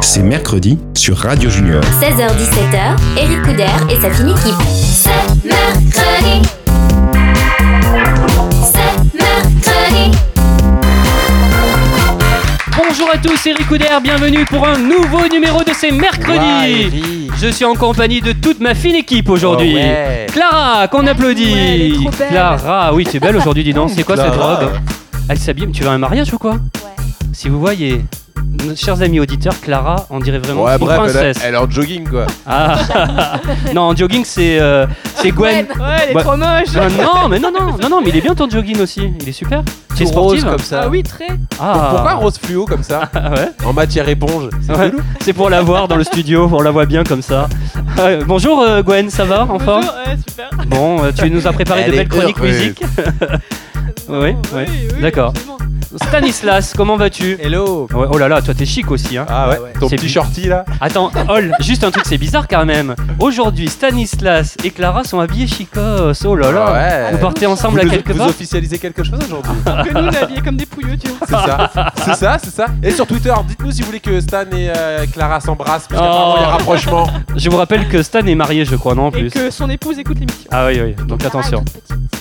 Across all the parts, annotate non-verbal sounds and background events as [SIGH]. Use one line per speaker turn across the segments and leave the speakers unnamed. c'est mercredi sur Radio Junior.
16h-17h, Eric Couder et sa fine équipe. C'est mercredi. C'est mercredi.
Bonjour à tous, c'est Ricoudère, bienvenue pour un nouveau numéro de ces
Ah,
mercredis. Je suis en compagnie de toute ma fine équipe aujourd'hui.
Oh ouais.
Clara, qu'on applaudit.
ouais, elle est trop belle.
Clara, oui, tu es belle aujourd'hui, dis donc. C'est quoi cette
Clara.
robe Elle s'habille. mais Tu vas à un mariage ou quoi Si vous voyez, nos chers amis auditeurs, Clara, on dirait vraiment
Ouais,
une
bref, elle,
princesse.
est- elle est en jogging quoi.
[LAUGHS]
Ah. non, en jogging, c'est euh, c'est Gwen.
Ouais, elle est
Bah-
trop moche.
Non, non, mais non, non, non, non, mais il est bien ton jogging aussi. Il est super. Tu es
Tout rose
sportive hein.
comme ça.
Ah oui, très.
Ah.
Pourquoi rose fluo
[LAUGHS]
comme ça
Ah ouais.
En matière éponge C'est
Ouais,
relou.
C'est pour la voir dans le studio, on la voit bien comme ça. Euh, bonjour euh, Gwen, ça va en forme
Bonjour, Ouais, super.
Bon, euh, tu nous as préparé
Elle
de
est
belles chroniques
heureuse.
musique. Oui,
Non,
oui, d'accord.
absolument.
Stanislas, comment vas-tu
Hello
Ouais, Oh là là, toi t'es chic aussi. Hein.
Ah ouais, ton
C'est Oh
petit
bi-
shorty là
Attends, Hol, juste un truc, c'est bizarre quand même. Aujourd'hui, Stanislas et Clara sont habillés chicos. Oh là là.
Ah ouais.
Vous partez
Vous,
ensemble à
nous-
quelque
vous
part
officialisez quelque chose aujourd'hui
Que nous, on est habillés comme des pouilleux, tu vois.
C'est ça, c'est ça, c'est ça. Et sur Twitter, dites-nous si vous voulez que Stan et euh, Clara s'embrassent, parce qu'apparemment il y a
Oh.
rapprochement.
Je vous rappelle que Stan est marié, je crois, non en
Et
plus.
que son épouse écoute l'émission.
Ah oui, oui, donc attention.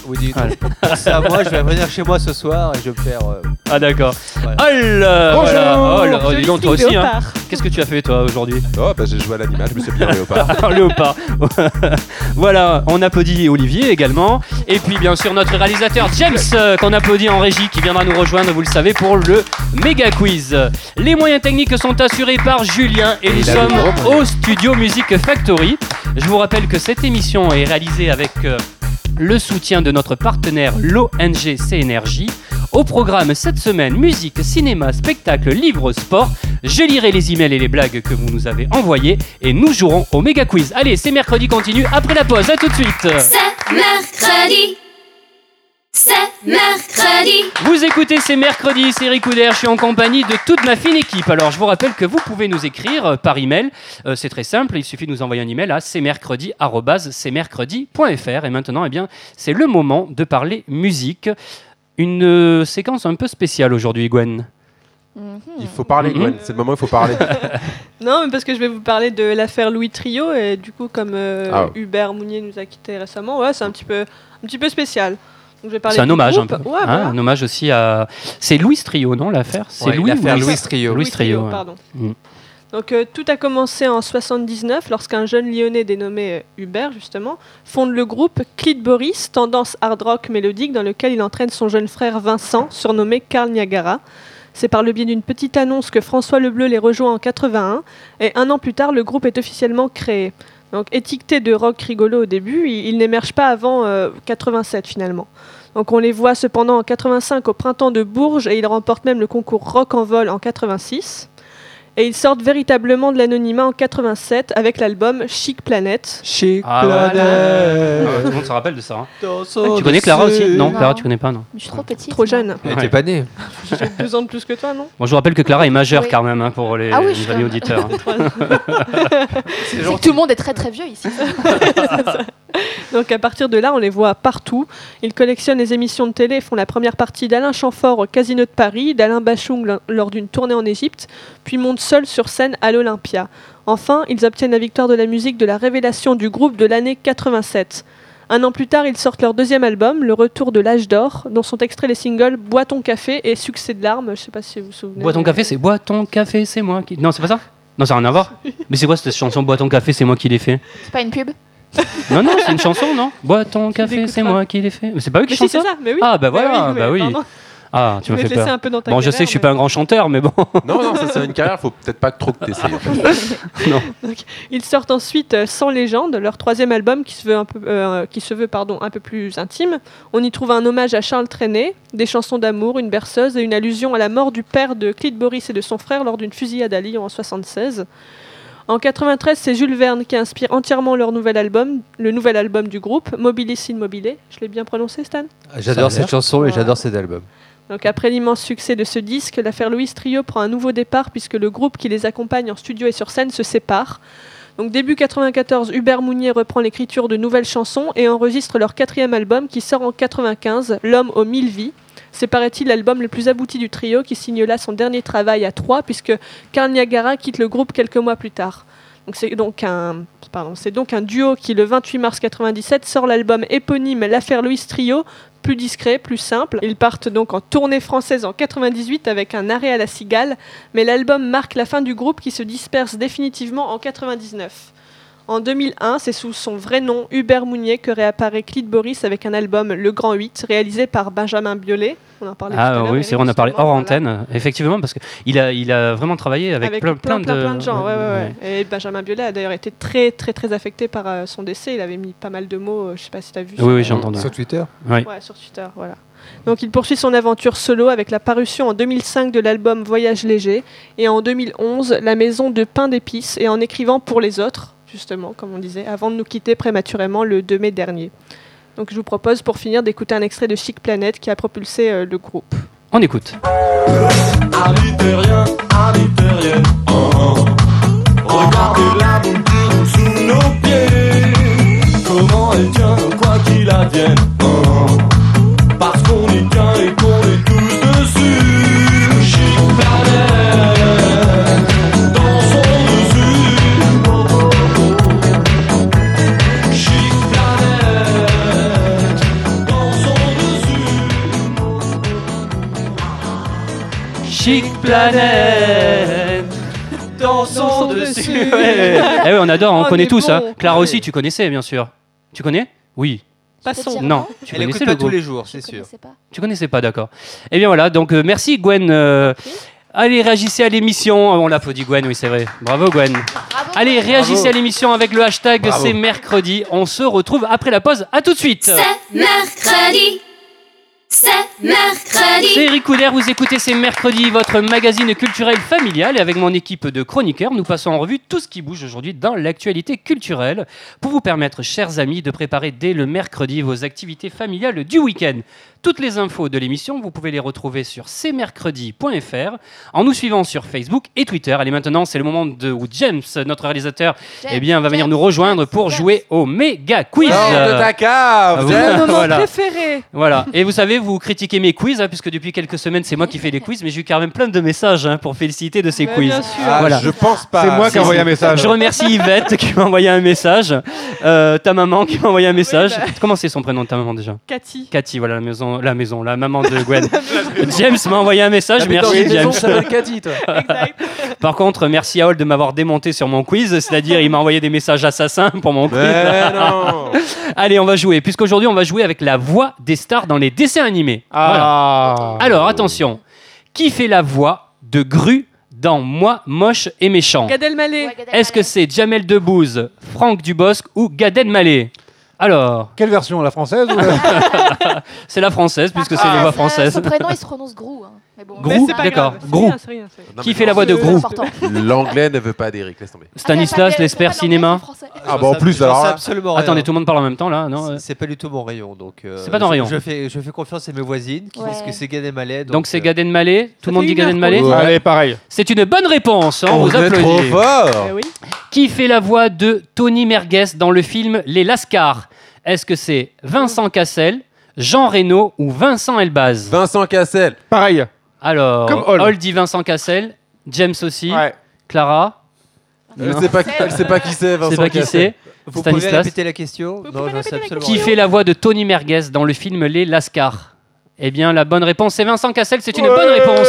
Vous dites, [LAUGHS]
Voilà.
pensez à moi, je vais venir chez moi ce soir et je vais me faire. euh,
Ah d'accord.
Voilà.
Hol euh,
Bonjour.
voilà. Hol, oh,
Jolie
dis donc, toi
fille,
aussi, hein.
léopard.
Qu'est-ce que tu as fait toi aujourd'hui
Oh bah j'ai joué à l'animal, je me suis
[LAUGHS]
bien léopard.
Un léopard. voilà, on applaudit Olivier également. Et puis bien sûr notre réalisateur James euh, qu'on applaudit en régie qui viendra nous rejoindre, vous le savez, pour le méga quiz. Les moyens techniques sont assurés par Julien et nous
la
sommes
bombe.
au studio Music Factory. Je vous rappelle que cette émission est réalisée avec euh, le soutien de notre partenaire l'ONG CNRJ. Au programme cette semaine, musique, cinéma, spectacle, livre, sport. Je lirai les emails et les blagues que vous nous avez envoyés et nous jouerons au méga quiz. Allez, c'est mercredi continue après la pause. À tout de suite.
C'est mercredi. C'est mercredi.
Vous écoutez, c'est mercredi, c'est Ricoudère, je suis en compagnie de toute ma fine équipe. Alors je vous rappelle que vous pouvez nous écrire euh, par email, Euh, c'est très simple, il suffit de nous envoyer un email à cmercredi.fr et maintenant eh bien, c'est le moment de parler musique. Une euh, séquence un peu spéciale aujourd'hui Gwen.
Il faut parler,
Mhm.
Gwen, c'est le moment où il faut parler.
Non, mais parce que je vais vous parler de l'affaire Louis Trio et du coup, comme euh,
Ah.
Hubert Mounier nous a quittés récemment, ouais, c'est un petit peu, un petit peu spécial. Donc, je vais parler
C'est un
du
hommage un
groupe.
peu.
Ouais,
hein,
voilà.
Un hommage aussi à... C'est Louis Trio, non l'affaire C'est
ouais,
Louis
l'affaire
ou
Louis Trio.
Louis Trio, ouais.
pardon.
Mm.
Donc euh, tout a commencé en 79 lorsqu'un jeune lyonnais dénommé euh, Hubert justement fonde le groupe Clit Boris, tendance hard rock mélodique dans lequel il entraîne son jeune frère Vincent, surnommé Carl Niagara. C'est par le biais d'une petite annonce que François Lebleu les rejoint en 81 et un an plus tard le groupe est officiellement créé. Donc étiqueté de rock rigolo au début, il, il n'émerge pas avant euh, 87 finalement. Donc on les voit cependant en 85 au printemps de Bourges et ils remportent même le concours Rock en vol en 86. Et ils sortent véritablement de l'anonymat en 87 avec l'album Chic Planet.
Chez
Ah, voilà.
Claudel.
Ah, tout le monde se rappelle de ça. hein.
dans son
Tu connais Clara aussi Non,
Non.
Clara, tu connais pas, non.
Je suis trop petite.
Trop
moi.
jeune.
Elle était pas née.
J'ai deux ans de plus que toi, non
Bon, je vous rappelle que Clara est majeure
Oui.
quand même hein, pour les,
Ah oui, je
les
suis
amis
un-
auditeurs.
C'est que tout le monde est très très vieux ici.
Donc à partir de là, on les voit partout. Ils collectionnent les émissions de télé et font la première partie d'Alain Chamfort au Casino de Paris, d'Alain Bachung lo- lors d'une tournée en Égypte, puis montent seuls sur scène à l'Olympia. Enfin, ils obtiennent la victoire de la musique de la révélation du groupe de l'année 87. Un an plus tard, ils sortent leur deuxième album, Le Retour de l'âge d'or, dont sont extraits les singles Bois ton café et Succès de larmes. Je sais pas si vous vous souvenez.
Bois ton café, c'est bois ton café, c'est moi qui. Non, c'est pas ça Non, ça n'a rien à voir. Mais c'est quoi cette chanson Bois ton café, c'est moi qui l'ai fait
C'est pas une pub
Non, non, c'est une chanson, non Bois ton café, c'est
l'écouteras.
moi qui l'ai fait. Mais c'est pas eux qui
Mais si,
chantent
c'est
ça
ça, mais oui.
Ah, bah
Mais
voilà,
mais
bah oui.
pardon.
Ah, tu
Je
m'as
voulais
fait
te laisser
peur.
un peu dans ta
Bon, je sais
galère,
que je suis
mais-
pas un grand chanteur, mais bon.
non, non, ça c'est une carrière, faut peut-être pas trop que t'essayes. en fait.
Ils sortent ensuite euh, Sans légende, leur troisième album qui se veut un peu, euh, qui se veut, pardon, un peu plus intime. On y trouve un hommage à Charles Trenet, des chansons d'amour, une berceuse et une allusion à la mort du père de Clyde Boris et de son frère lors d'une fusillade à Lyon en 76. En 93, c'est Jules Verne qui inspire entièrement leur nouvel album, le nouvel album du groupe, Mobilis in Mobile. Je l'ai bien prononcé, Stan
J'adore
Ça a l'air.
cette chanson et
Voilà.
j'adore cet album.
donc après l'immense succès de ce disque, l'affaire Louis Trio prend un nouveau départ puisque le groupe qui les accompagne en studio et sur scène se sépare. Donc début 94, Hubert Mounier reprend l'écriture de nouvelles chansons et enregistre leur quatrième album qui sort en 95, L'homme aux mille vies. C'est, paraît-il, l'album le plus abouti du trio qui signe là son dernier travail à trois, puisque Karl Niagara quitte le groupe quelques mois plus tard. Donc c'est donc un pardon, c'est donc un duo qui le 28 mars 97 sort l'album éponyme L'affaire Louis Trio, plus discret, plus simple. Ils partent donc en tournée française en 98 avec un arrêt à la cigale, mais l'album marque la fin du groupe qui se disperse définitivement en 99. En 2001, c'est sous son vrai nom, Hubert Mounier, que réapparaît Clyde Boris avec un album Le Grand 8, réalisé par Benjamin Biolay. On en parlait tout à
Ah
l'heure,
oui,
Eric,
c'est vrai, on a parlé hors
justement, voilà.
antenne, effectivement, parce qu'il a, il a vraiment travaillé avec, plein, plein de...
gens. ouais, ouais, ouais. Et Benjamin Biolay a d'ailleurs été très, très, très affecté par euh, son décès. Il avait mis pas mal de mots, euh, je sais pas si tu as vu.
Oui, oui, j'ai entendu.
Sur Twitter
Ouais, sur Twitter, voilà. Donc il poursuit son aventure solo avec la parution en 2005 de l'album Voyage léger et en 2011 La maison de pain d'épices et en écrivant pour les autres, justement, comme on disait, avant de nous quitter prématurément le 2 mai dernier. Donc je vous propose pour finir d'écouter un extrait de Chic Planet qui a propulsé euh, le groupe.
On écoute.
Arbitrérien, arbitrérien, oh, oh. Regardez la montagne sous nos pieds. Comment elle tient, quoi qu'il advienne. oh, oh. Parce qu'on est qu'un et qu'on est tous dessus. Chic planète, dansons dessus. Chic planète, dansons dessus.
Chic Planète Dansons
Dansons
dessus
dessus.
Ouais. Eh oui, on adore, on
Oh,
connaît
mais
tous.
bon.
hein. Clara aussi, tu connaissais, bien sûr. Tu connais Oui.
Passons.
Tiens,
Non, [LAUGHS] tu
Elle écoute
connaissais
pas
le
tous
groupe.
les jours,
Je
c'est sûr.
connaissais pas.
Tu connaissais pas, d'accord. Eh bien voilà, donc euh, merci Gwen. euh,
Merci.
allez, réagissez à l'émission. Ah, On l'applaudit Gwen, oui, c'est vrai. Bravo Gwen.
Bravo.
Allez, réagissez à l'émission avec le hashtag
Bravo.
c'est mercredi. On se retrouve après la pause. À tout de suite.
C'est mercredi. C'est mercredi.
C'est Eric Couder, vous écoutez C'est Mercredi, votre magazine culturel familial. Et avec mon équipe de chroniqueurs, nous passons en revue tout ce qui bouge aujourd'hui dans l'actualité culturelle pour vous permettre, chers amis, de préparer dès le mercredi vos activités familiales du week-end. Toutes les infos de l'émission, vous pouvez les retrouver sur cmercredi.fr en nous suivant sur Facebook et Twitter. Allez, maintenant, c'est le moment de, où James, notre réalisateur, eh bien, va venir nous rejoindre pour jouer au méga quiz.
Sors de ta
Ah,
cave
vous- [LAUGHS]
Jeff.
Mon moment
Voilà.
préféré
Voilà. Et vous savez, vous critiquez mes quiz, hein, puisque depuis quelques semaines, c'est moi qui fais les quiz, mais j'ai eu quand même plein de messages hein, pour féliciter de ces
Bah,
quiz.
Bien sûr.
Ah,
Voilà.
Je pense pas.
C'est moi
Si,
qui ai envoyé un message.
Je remercie Yvette qui m'a envoyé un message, euh, ta maman qui m'a envoyé un message.
bah.
Comment c'est son prénom de ta maman déjà [LAUGHS]
Cathy.
Cathy, voilà la maison, la maison, la maman de
[LAUGHS]
Gwen. James m'a envoyé un message, merci James.
Cathy, toi.
Exact.
Par contre, merci à Hall de m'avoir démonté sur mon quiz, c'est-à-dire il m'a envoyé des messages assassins pour mon quiz.
Mais non
Allez, on va jouer, puisqu'aujourd'hui on va jouer avec la voix des stars dans les dessins animés. Voilà.
Ah.
Alors attention, qui fait la voix de Gru dans Moi, moche et méchant
Gad Elmaleh.
Est-ce que c'est Jamel Debbouze, Franck Dubosc ou Gad Elmaleh Alors,
Quelle version La française ou
c'est la française puisque c'est
Ah,
la voix
Son
française.
prénom, il se prononce Grou. hein. Mais bon.
Grou,
Mais c'est pas
d'accord.
grave, c'est
Grou.
rien, c'est rien, c'est rien.
Non,
Qui
mais
fait la
non,
voix de
C'est
Grou
important. Ah,
L'anglais ne veut pas d'Eric, laisse tomber.
Stanislas Lesper Cinéma.
Ah, bah en plus, alors là-
Attendez, tout le monde parle en même temps là, non euh,
C'est- C'est pas du tout mon rayon, donc. euh,
C'est pas ton
je-
rayon.
Je fais, je fais confiance à mes voisines qui
Ouais.
disent que c'est Gad Elmaleh.
Donc c'est
euh,
Gad Elmaleh, tout le monde
fait
dit
une
Gad
heure
Elmaleh.
qu'on
Allez, pareil.
C'est une bonne réponse,
Oh,
hein, on vous
est trop
applaudit.
fort
Eh oui.
Qui fait la voix de Tony Merguez dans le film Les Lascars Est-ce que c'est Vincent Cassel, Jean Reno ou Vincent Elbaz
Vincent Cassel.
Pareil.
Alors,
Comme Hall.
Hall dit Vincent Cassel, James aussi, Clara,
Elle
Non.
sait pas, qui- elle sait pas qui c'est,
je
Vincent
sais pas qui c'est,
Cassel.
Vous pouvez
Stanislas.
répéter la question
pouvez
Non, je sais
répéter la
absolument.
Qui
rien.
fait la voix de Tony Merguez dans le film Les Lascars Eh bien, la bonne réponse, c'est Vincent Cassel, c'est une bonne réponse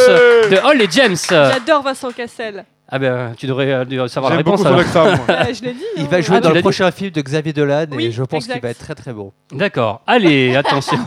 de Hall et James.
J'adore Vincent Cassel.
Ah ben, tu devrais euh, savoir la
J'aime beaucoup
réponse.
son
alors.
accent, moi.
Euh, je l'ai dit.
Il
hein.
va jouer
Ah, tu
dans
l'as
le
dit.
prochain film de Xavier Dolan
Oui,
et je pense qu'il
exact.
va être très très bon.
D'accord.
[LAUGHS]
Allez, attention.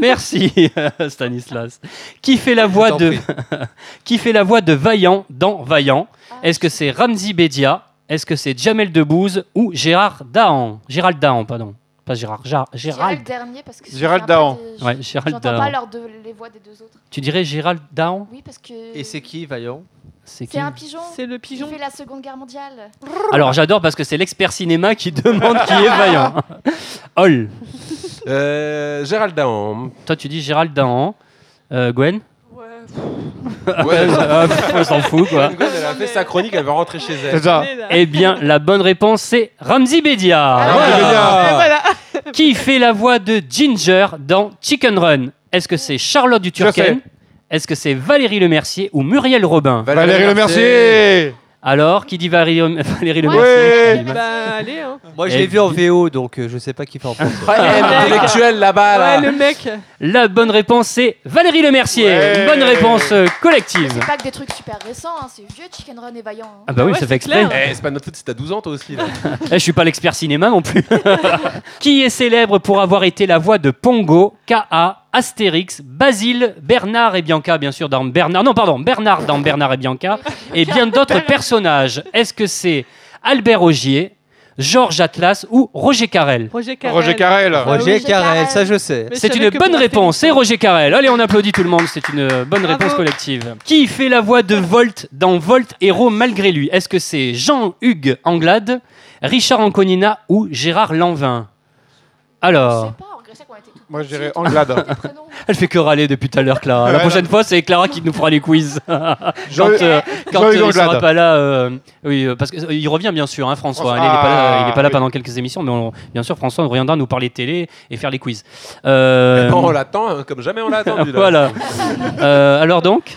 Merci, [LAUGHS] Stanislas. Qui fait la voix
t'en
de
prie.
[LAUGHS] Qui fait la voix de Vaillant dans Vaillant Est-ce que c'est Ramzi Bedia Est-ce que c'est Jamel Debbouze ou Gérard Dahan Gérald Dahan, pardon. Pas Gérard, Gérard.
Gérald
Gérald.
dernier parce que.
Gérald Dahan.
Ouais, Gérald
J'entends pas
Dahan.
leurs deux- les voix des deux autres.
Tu dirais Gérald Dahan
Oui, parce que.
Et c'est qui, Vaillant
C'est Ah. qui
C'est un pigeon.
C'est le
Qui
pigeon.
fait la Seconde Guerre mondiale.
Alors j'adore parce que c'est l'expert cinéma qui [LAUGHS] demande qui est Vaillant. Hol,
Euh, Gérald [LAUGHS] Dahan.
toi tu dis Gérald Dahan. Euh, Gwen
Ouais,
Ouais,
Euh, On s'en fout quoi.
Gwen, elle a fait sa chronique, elle va rentrer chez
C'est
elle.
ça.
on est là.
Eh bien, la bonne réponse, c'est Ramzi Bedia.
Ah,
Voilà.
Ramzi Bedia.
Et voilà.
Qui fait la voix de Ginger dans Chicken Run Est-ce que c'est Charlotte du
sais.
Turquem Est-ce que c'est Valérie Lemercier ou Muriel Robin
Valérie Le Mercier
Alors, qui dit Valérie, [LAUGHS] Valérie
Ouais.
Lemercier qui dit-
Bah, allez, hein.
Moi, je l'ai
Et-
vu en VO, donc euh, je sais pas qui fait en
Ah,
français.
Ouais, intellectuel là-bas, là.
Ouais, le mec.
La bonne réponse, c'est Valérie Lemercier.
Ouais.
Une Bonne réponse euh, collective.
Pas que des trucs super récents, hein, c'est vieux Chicken Run et Vaillant. hein.
Ah bah oui,
Ouais,
ça
c'est
fait exprès.
clair.
Eh, c'est pas notre faute si t'as 12 ans, toi aussi. Là.
Eh, je suis pas l'expert cinéma non plus. [LAUGHS] qui est célèbre pour avoir été la voix de Pongo, K.A., Astérix, Basile, Bernard et Bianca, bien sûr, dans Bernard. Non, pardon, Bernard dans Bernard et Bianca, et bien d'autres personnages. Est-ce que c'est Albert Augier, Georges Atlas ou Roger Carrel
Roger Carrel.
Roger Carrel.
Ah,
Roger
Roger
Carrel,
Carrel.
ça je sais.
Mais je
C'est
savais
une
que
bonne
pour Ah
réponse, c'est
Astérix.
Roger Carrel. Allez, on applaudit tout le monde, c'est une euh, bonne
Bravo.
réponse collective. Qui fait la voix de Volt dans Volt Héros malgré lui Est-ce que c'est Jean-Hugues Anglade, Richard Anconina ou Gérard Lanvin
Je
Alors,
sais pas, on regrettait qu'on était tout
Moi, je dirais Anglade.
[LAUGHS]
des prénoms.
elle fait que râler depuis tout à l'heure, Clara. La
Ouais,
prochaine fois, c'est Clara qui nous fera les quiz. quand
Jean-
euh, quand
Jean-Hugues
euh, il sera
Anglade.
pas là, euh, oui, euh, parce qu'il revient bien sûr, hein, François. hein, il n'est pas là, il est pas
Ah,
là pendant quelques émissions, mais on- bien sûr, François reviendra nous parler télé et faire les quiz. Euh,
Bon, on l'attend, hein, comme jamais on l'a attendu. Là.
voilà. Euh, alors donc,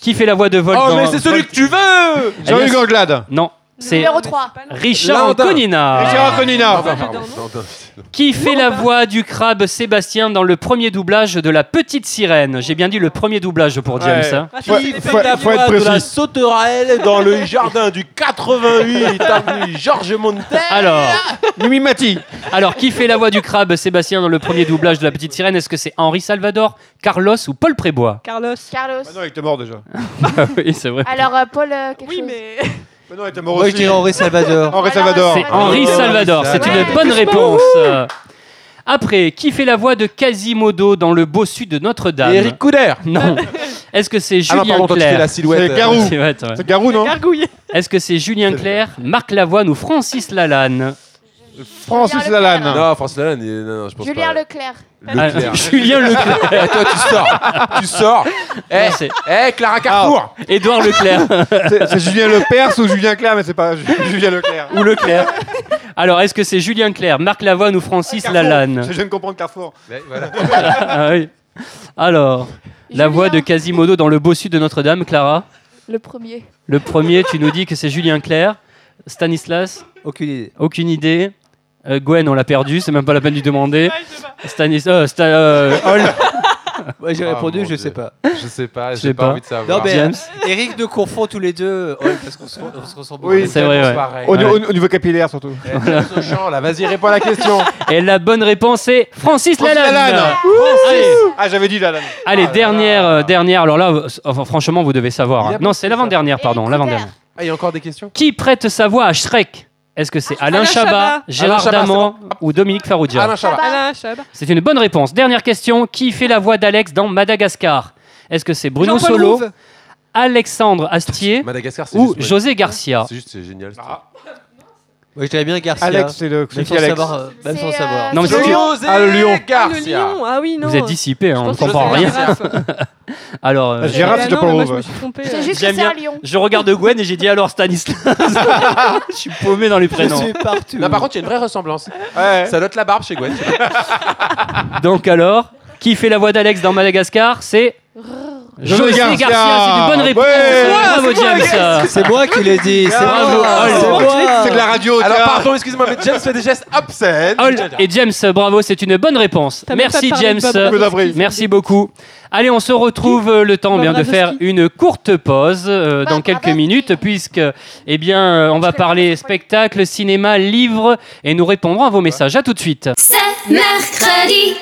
qui fait la voix de Volt
Oh,
dans-
mais c'est celui que tu veux
Eh bien,
Jean-Hugues Anglade.
Non, c'est
Numéro 3.
Richard
Landin.
Anconina.
Richard Anconina.
Ah, Pardon,
pardon.
pardon.
Qui fait la voix du crabe Sébastien dans le premier doublage de La Petite Sirène J'ai bien dit le premier doublage pour James.
Ouais.
hein.
Faut-
Qui
faut-
fait la
faut être
voix de la
précis.
sauterelle dans le jardin du 88 avenue Georges Montaigne [LAUGHS]
Alors,
Mimi Mati.
alors, qui fait la voix du crabe Sébastien dans le premier doublage de La Petite Sirène Est-ce que c'est Henri Salvador, Carlos ou Paul Prébois
Carlos.
Carlos.
Bah non, il était mort déjà.
Ah
Oui, c'est vrai.
Alors, euh, Paul, euh, quelque
Oui,
chose.
mais.
Mais non, il était mort
Moi, je
aussi.
dirais Henri Salvador.
Henri
Voilà,
Salvador.
C'est Henri Salvador, c'est
Ouais.
une bonne réponse. Euh, Après, qui fait la voix de Quasimodo dans Le Bossu de Notre-Dame
Eric Couder
Ah, Non. Est-ce que c'est
Ah non,
Julien
pardon, toi tu
[LAUGHS]
fais
Clerc
la silhouette.
C'est Garou.
C'est vrai, ouais.
C'est Garou, non
Gargouille.
Est-ce que c'est Julien Clerc, Marc Lavoine ou Francis Lalanne
Francis
Julien Leclerc.
Lalanne.
Non, Francis Lalanne, il- non, non, je pense
Julien
pas.
Leclerc.
Ah, [LAUGHS] Julien Leclerc.
Eh, toi, tu sors. tu sors. [LAUGHS] Eh,
Ah. Non, c'est
eh, Clara Carrefour.
Édouard Leclerc [LAUGHS]
C'est c'est Ah, Julien Lepers ou Julien Clerc, mais c'est pas Ju- Julien Leclerc.
ou Leclerc. Alors, est-ce que c'est Julien Clerc, Marc Lavoine ou Francis Lalanne
[LAUGHS]
Je viens de comprendre Carrefour.
Ah oui. Alors, la
Julien,
voix de Quasimodo dans le bossu de Notre-Dame, Clara.
Le premier.
Le premier, tu nous dis que c'est Julien Clerc, Stanislas,
Aucune idée.
aucune idée. Euh, Gwen, on l'a perdu, c'est même pas la peine de lui demander. Stanis, euh, Sta- euh, Hall,
Moi, j'ai
Ah,
répondu,
mon
je
Dieu.
sais pas.
Je sais pas,
Je sais
j'ai pas,
pas.
envie de savoir.
Non, mais
James.
Eric nous confond tous les deux. Oh, parce qu'on se on se ressemble.
Oui.
c'est vrai. ouais.
Au,
Ouais.
au- au niveau capillaire, surtout.
Eh,
[LAUGHS]
Au champ, là, vas-y, réponds à la question.
Et la bonne réponse est Francis
Francis
Lalanne.
Lalanne.
Allez,
Ah, j'avais dit Lalanne.
allez,
Ah là
dernière,
là.
euh, dernière. Alors là, euh, enfin, franchement, vous devez savoir.
Il
hein.
a
Non, c'est l'avant-dernière, pardon,
Eric
l'avant-dernière.
Ah, il y a encore des questions
Qui prête sa voix à Shrek Est-ce que c'est Alain
Ah, Alain
Chabat,
Chabat.
Gérard
Alain Chabat,
Damon ou Dominique Farrugia
Ah,
Alain Chabat.
Alain Chabat.
C'est une bonne réponse. Dernière question. Qui fait la voix d'Alex dans Madagascar Est-ce que c'est Bruno
Jean-Paul
Solo,
Rouve.
Alexandre Astier
Madagascar, c'est
ou
juste.
José Garcia
C'est juste, c'est génial. c'est-
Ah,
Moi, je dirais bien Garcia.
Alex, c'est le. C'est
Même
qui
sans
Alex
savoir. euh, Même
C'est,
sans
euh,
savoir.
Non, mais
c'est-
c'est-
José
Ah, le lion.
Ah, le
Garcia.
lion. Ah oui, non.
Vous êtes dissipé, hein, on ne comprend
que c'est
rien.
Garcia.
Alors, euh,
Bah, Gérard,
Eh
c'est
ben
Jean-Paul
non, mais
Rouve.
Moi, je me suis trompée.
C'est juste que
J'aime
c'est
bien.
un lion.
je regarde Gwen et j'ai dit alors Stanislas. je suis paumé dans les
Je
prénoms.
suis partout.
Non, par contre, il y a une vraie ressemblance.
Ouais.
Ça note la barbe chez Gwen.
Donc alors, qui fait la voix d'Alex dans Madagascar C'est
José
José Garcia.
Garcia.
C'est une bonne réponse.
Ouais.
Bravo James.
C'est moi qui l'ai dit. C'est
Bravo.
moi.
Allez.
C'est moi.
C'est de la radio.
Alors,
Oh, tiens.
pardon, excusez-moi, mais James fait des gestes obscènes.
Hall et James, bravo, c'est une bonne réponse.
T'as même
Merci
pas parlé
James.
de Bob
Peu d'avril.
Merci beaucoup. Allez, on se retrouve. euh, Le temps
Bob
bien de faire
Radowski.
une courte pause euh, dans
Bob
quelques
Radowski.
minutes, puisque, eh bien, euh, on va
Je fais
parler
la prochaine fois.
spectacle, cinéma, livre, et nous répondrons à vos messages. À tout de suite.
C'est mercredi.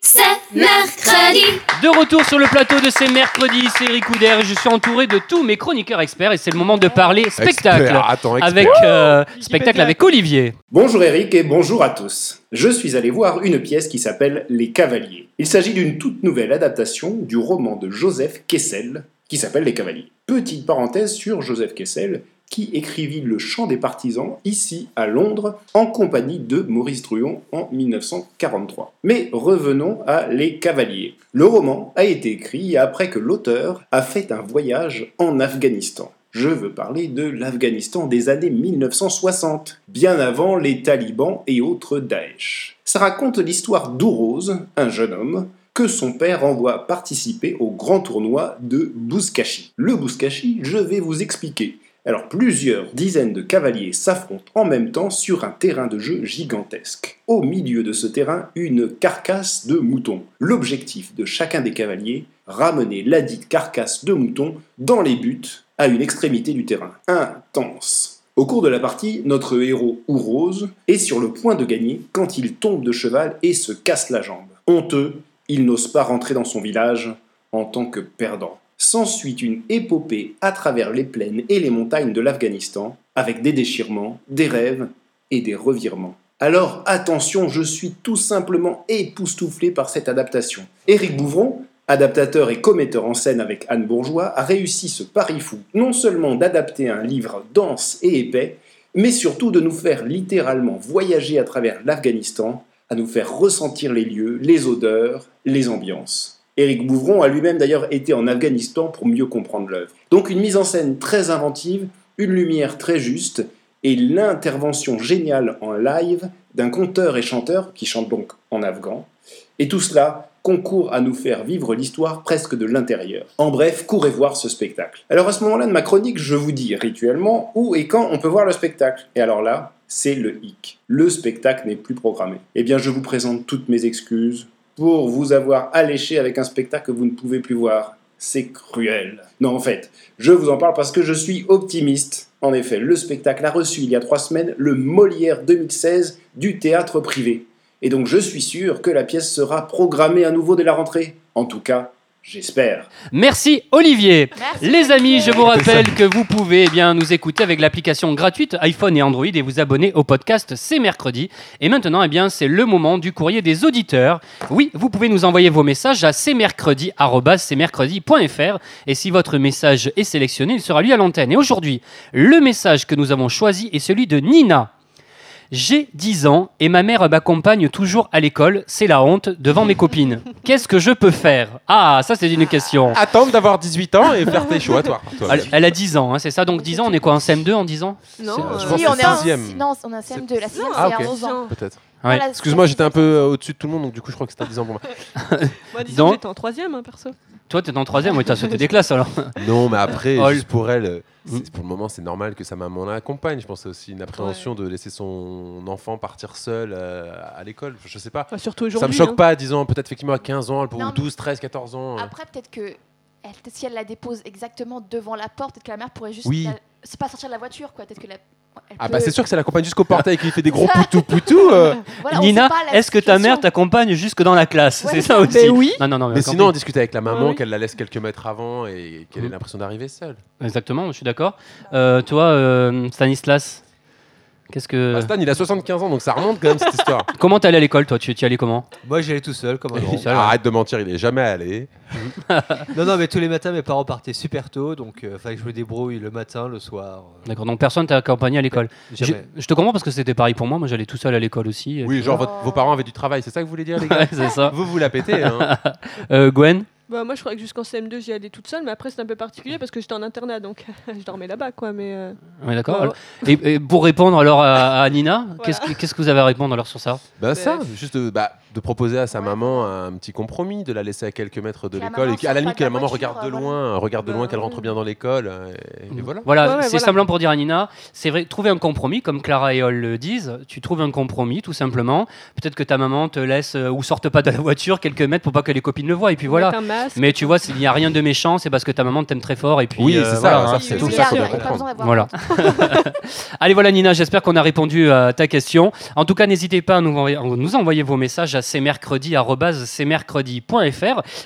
C'est mercredi.
De retour sur le plateau de ces mercredis, c'est Ricoudère. Je suis entouré de tous mes chroniqueurs experts, et c'est le moment de parler spectacle
Expert, Attends, expert.
avec euh,
Wikipédia.
spectacle avec Olivier.
Bonjour Eric et bonjour à tous. Je suis allé voir une pièce qui s'appelle Les Cavaliers. Il s'agit d'une toute nouvelle adaptation du roman de Joseph Kessel qui s'appelle Les Cavaliers. Petite parenthèse sur Joseph Kessel qui écrivit Le Chant des partisans ici à Londres en compagnie de Maurice Druon en 1943. Mais revenons à Les Cavaliers. Le roman a été écrit après que l'auteur a fait un voyage en Afghanistan. Je veux parler de l'Afghanistan des années 1960, bien avant les talibans et autres Daesh. Ça raconte l'histoire d'Ourose, un jeune homme, que son père envoie participer au grand tournoi de Bouskashi. Le Bouskashi, je vais vous expliquer. Alors plusieurs dizaines de cavaliers s'affrontent en même temps sur un terrain de jeu gigantesque. Au milieu de ce terrain, une carcasse de mouton. L'objectif de chacun des cavaliers, ramener ladite carcasse de mouton dans les buts à une extrémité du terrain. Intense. Au cours de la partie, notre héros Ourose est sur le point de gagner quand il tombe de cheval et se casse la jambe. Honteux, il n'ose pas rentrer dans son village en tant que perdant. S'ensuit une épopée à travers les plaines et les montagnes de l'Afghanistan, avec des déchirements, des rêves et des revirements. Alors attention, je suis tout simplement époustouflé par cette adaptation. Éric Bouvron, adaptateur et commetteur en scène avec Anne Bourgeois, a réussi ce pari fou, non seulement d'adapter un livre dense et épais, mais surtout de nous faire littéralement voyager à travers l'Afghanistan, à nous faire ressentir les lieux, les odeurs, les ambiances. Éric Bouvron a lui-même d'ailleurs été en Afghanistan pour mieux comprendre l'œuvre. Donc une mise en scène très inventive, une lumière très juste et l'intervention géniale en live d'un conteur et chanteur qui chante donc en afghan. Et tout cela concourt à nous faire vivre l'histoire presque de l'intérieur. En bref, courez voir ce spectacle. Alors à ce moment-là de ma chronique, je vous dis rituellement où et quand on peut voir le spectacle. Et alors là, c'est le hic. Le spectacle n'est plus programmé. Eh bien, je vous présente toutes mes excuses pour vous avoir alléché avec un spectacle que vous ne pouvez plus voir. C'est cruel. Non, en fait, je vous en parle parce que je suis optimiste. En effet, le spectacle a reçu il y a trois semaines le Molière 2016 du théâtre privé. Et donc je suis sûr que la pièce sera programmée à nouveau dès la rentrée. En tout cas, j'espère.
Merci Olivier. Les amis, je vous rappelle que vous pouvez eh bien nous écouter avec l'application gratuite iPhone et Android et vous abonner au podcast c'est mercredi. Et maintenant, eh bien, c'est le moment du courrier des auditeurs. Oui, vous pouvez nous envoyer vos messages à cmercredi@cmercredi.fr et si votre message est sélectionné, il sera lu à l'antenne. Et aujourd'hui, le message que nous avons choisi est celui de Nina. J'ai 10 ans et ma mère m'accompagne toujours à l'école, c'est la honte, devant mes copines. Qu'est-ce que je peux faire Ah, ça c'est une question.
Attendre d'avoir 18 ans et faire tes choix, toi. toi.
Elle, elle a 10 ans, hein, c'est ça Donc 10 ans, on est quoi En CM2 en 10 ans
Non,
euh, je
si,
pense que
on
c'est
est en
sixième.
si- Non, on est en CM2. La sixième,
Ah,
c'est à
ok.
11 ans.
Peut-être.
Ouais.
Voilà,
Excuse-moi, j'étais un peu euh, au-dessus de tout le monde, donc du coup, je crois que c'était 10 ans pour moi.
Moi, disons
Donc-
que j'étais en troisième, hein, perso.
Toi, t'es en troisième, ouais, t'as sauté des classes alors.
Non, mais après,
Ol.
juste pour elle, euh, c'est- pour le moment, c'est normal que sa maman l'accompagne. Je pense que c'est aussi une appréhension de laisser son enfant partir seul euh, à l'école. Je sais pas.
Enfin, surtout
Ça me
aujourd'hui.
choque
hein.
pas à 10 ans, peut-être effectivement à 15 ans,
Non,
ou
mais-
12, 13, 14 ans. euh.
Après, peut-être que elle- si elle la dépose exactement devant la porte, peut-être que la mère pourrait juste.
Oui.
la- C'est pas sortir de la voiture, quoi. Peut-être que la. elle
Ah
peut-
bah c'est euh, sûr que ça l'accompagne jusqu'au portail et qu'il fait des gros poutou-poutou.
euh,
Voilà, on sait
Nina,
pas la
est-ce que ta mère
situation.
t'accompagne jusque dans la classe
Ouais,
C'est
c'est
ça
ça.
aussi
Ben oui.
Non, non, non.
Mais
quand-
sinon, on discute avec la maman,
Ah oui.
qu'elle la laisse quelques mètres avant et qu'elle ait
Mm.
l'impression d'arriver seule.
Exactement, je suis d'accord. Euh, toi, euh, Stanislas, qu'est-ce que.
Bah, Stan, il a 75 ans, donc ça remonte quand même cette histoire.
Comment t'es allé à l'école, toi Tu tu y allais comment
Moi, j'y allais tout seul,
[LAUGHS]
comme un grand.
seul,
Arrête de mentir, il est jamais allé.
Non, non, mais tous les matins, mes parents partaient super tôt, donc il fallait que je me débrouille le matin, le soir. euh,
D'accord, donc personne t'a accompagné à l'école. Je,
jamais.
je te comprends parce que c'était pareil pour moi. Moi, j'allais tout seul à l'école aussi.
Oui, genre votre- vos parents avaient du travail, c'est ça que vous voulez dire, les gars
[LAUGHS] c'est ça.
Vous vous la pétez, hein
Euh, Gwen
Bah, moi, je crois que jusqu'en CM2, j'y allais toute seule, mais après, c'est un peu particulier parce que j'étais en internat, donc [LAUGHS] je dormais là-bas, quoi. Mais euh,
Ouais, d'accord.
Oh.
Bah,
Alors- Et, et pour répondre alors à, à Nina, qu'est-ce que- qu'est-ce que vous avez à répondre alors sur ça
Ben ça,
Bref.
juste de, bah, de proposer à sa maman un petit compromis, de la laisser à quelques mètres de
Que la
l'école,
maman
et qu'à la
sorte
limite
pas
que
de
la
la
maman
voiture,
regarde de
voilà.
loin, euh, regarde de
Bah,
loin qu'elle rentre bien dans l'école, euh, et, et voilà.
Voilà,
Ouais, ouais,
c'est
voilà.
simplement pour dire à Nina, c'est vrai, trouver un compromis, comme Clara et Hall le disent, tu trouves un compromis tout simplement. Peut-être que ta maman te laisse euh, ou sorte pas de la voiture quelques mètres pour pas que les copines le voient, et puis voilà.
mettre un masque.
Mais tu vois, s'il n'y a rien de méchant, c'est parce que ta maman t'aime très fort, et puis.
Oui,
euh,
c'est ça,
voilà,
ça,
hein,
c'est
tout.
tout
Oui,
ça qu'on
il
doit
y a pas
comprendre.
besoin d'avoir
Voilà. [LAUGHS] Allez, voilà Nina, j'espère qu'on a répondu euh, à ta question. En tout cas, n'hésitez pas à nous envoyer, nous envoyer vos messages à cmercredi.fr.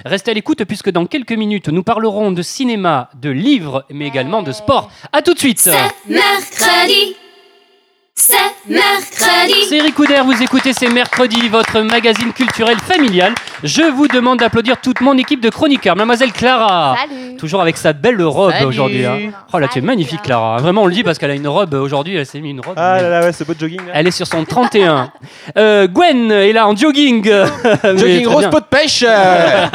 Restez à l'écoute puisque dans quelques minutes, nous parlerons de cinéma, de livres, mais également de sport. À tout de suite
C'est mercredi. C'est mercredi.
C'est Ricoudère, vous écoutez C'est Mercredi, votre magazine culturel familial. Je vous demande d'applaudir toute mon équipe de chroniqueurs. Mademoiselle Clara,
Salut.
toujours avec sa belle robe
Salut.
aujourd'hui. hein. Oh là, tu es magnifique, Clara. Vraiment, on le dit parce qu'elle a une robe aujourd'hui. Elle s'est mis une robe.
Ah
mais-
là là, ouais, ce beau jogging. là.
Elle est sur son 31. Euh, Gwen est là en jogging. [LAUGHS]
Jogging rose, pot de pêche. euh.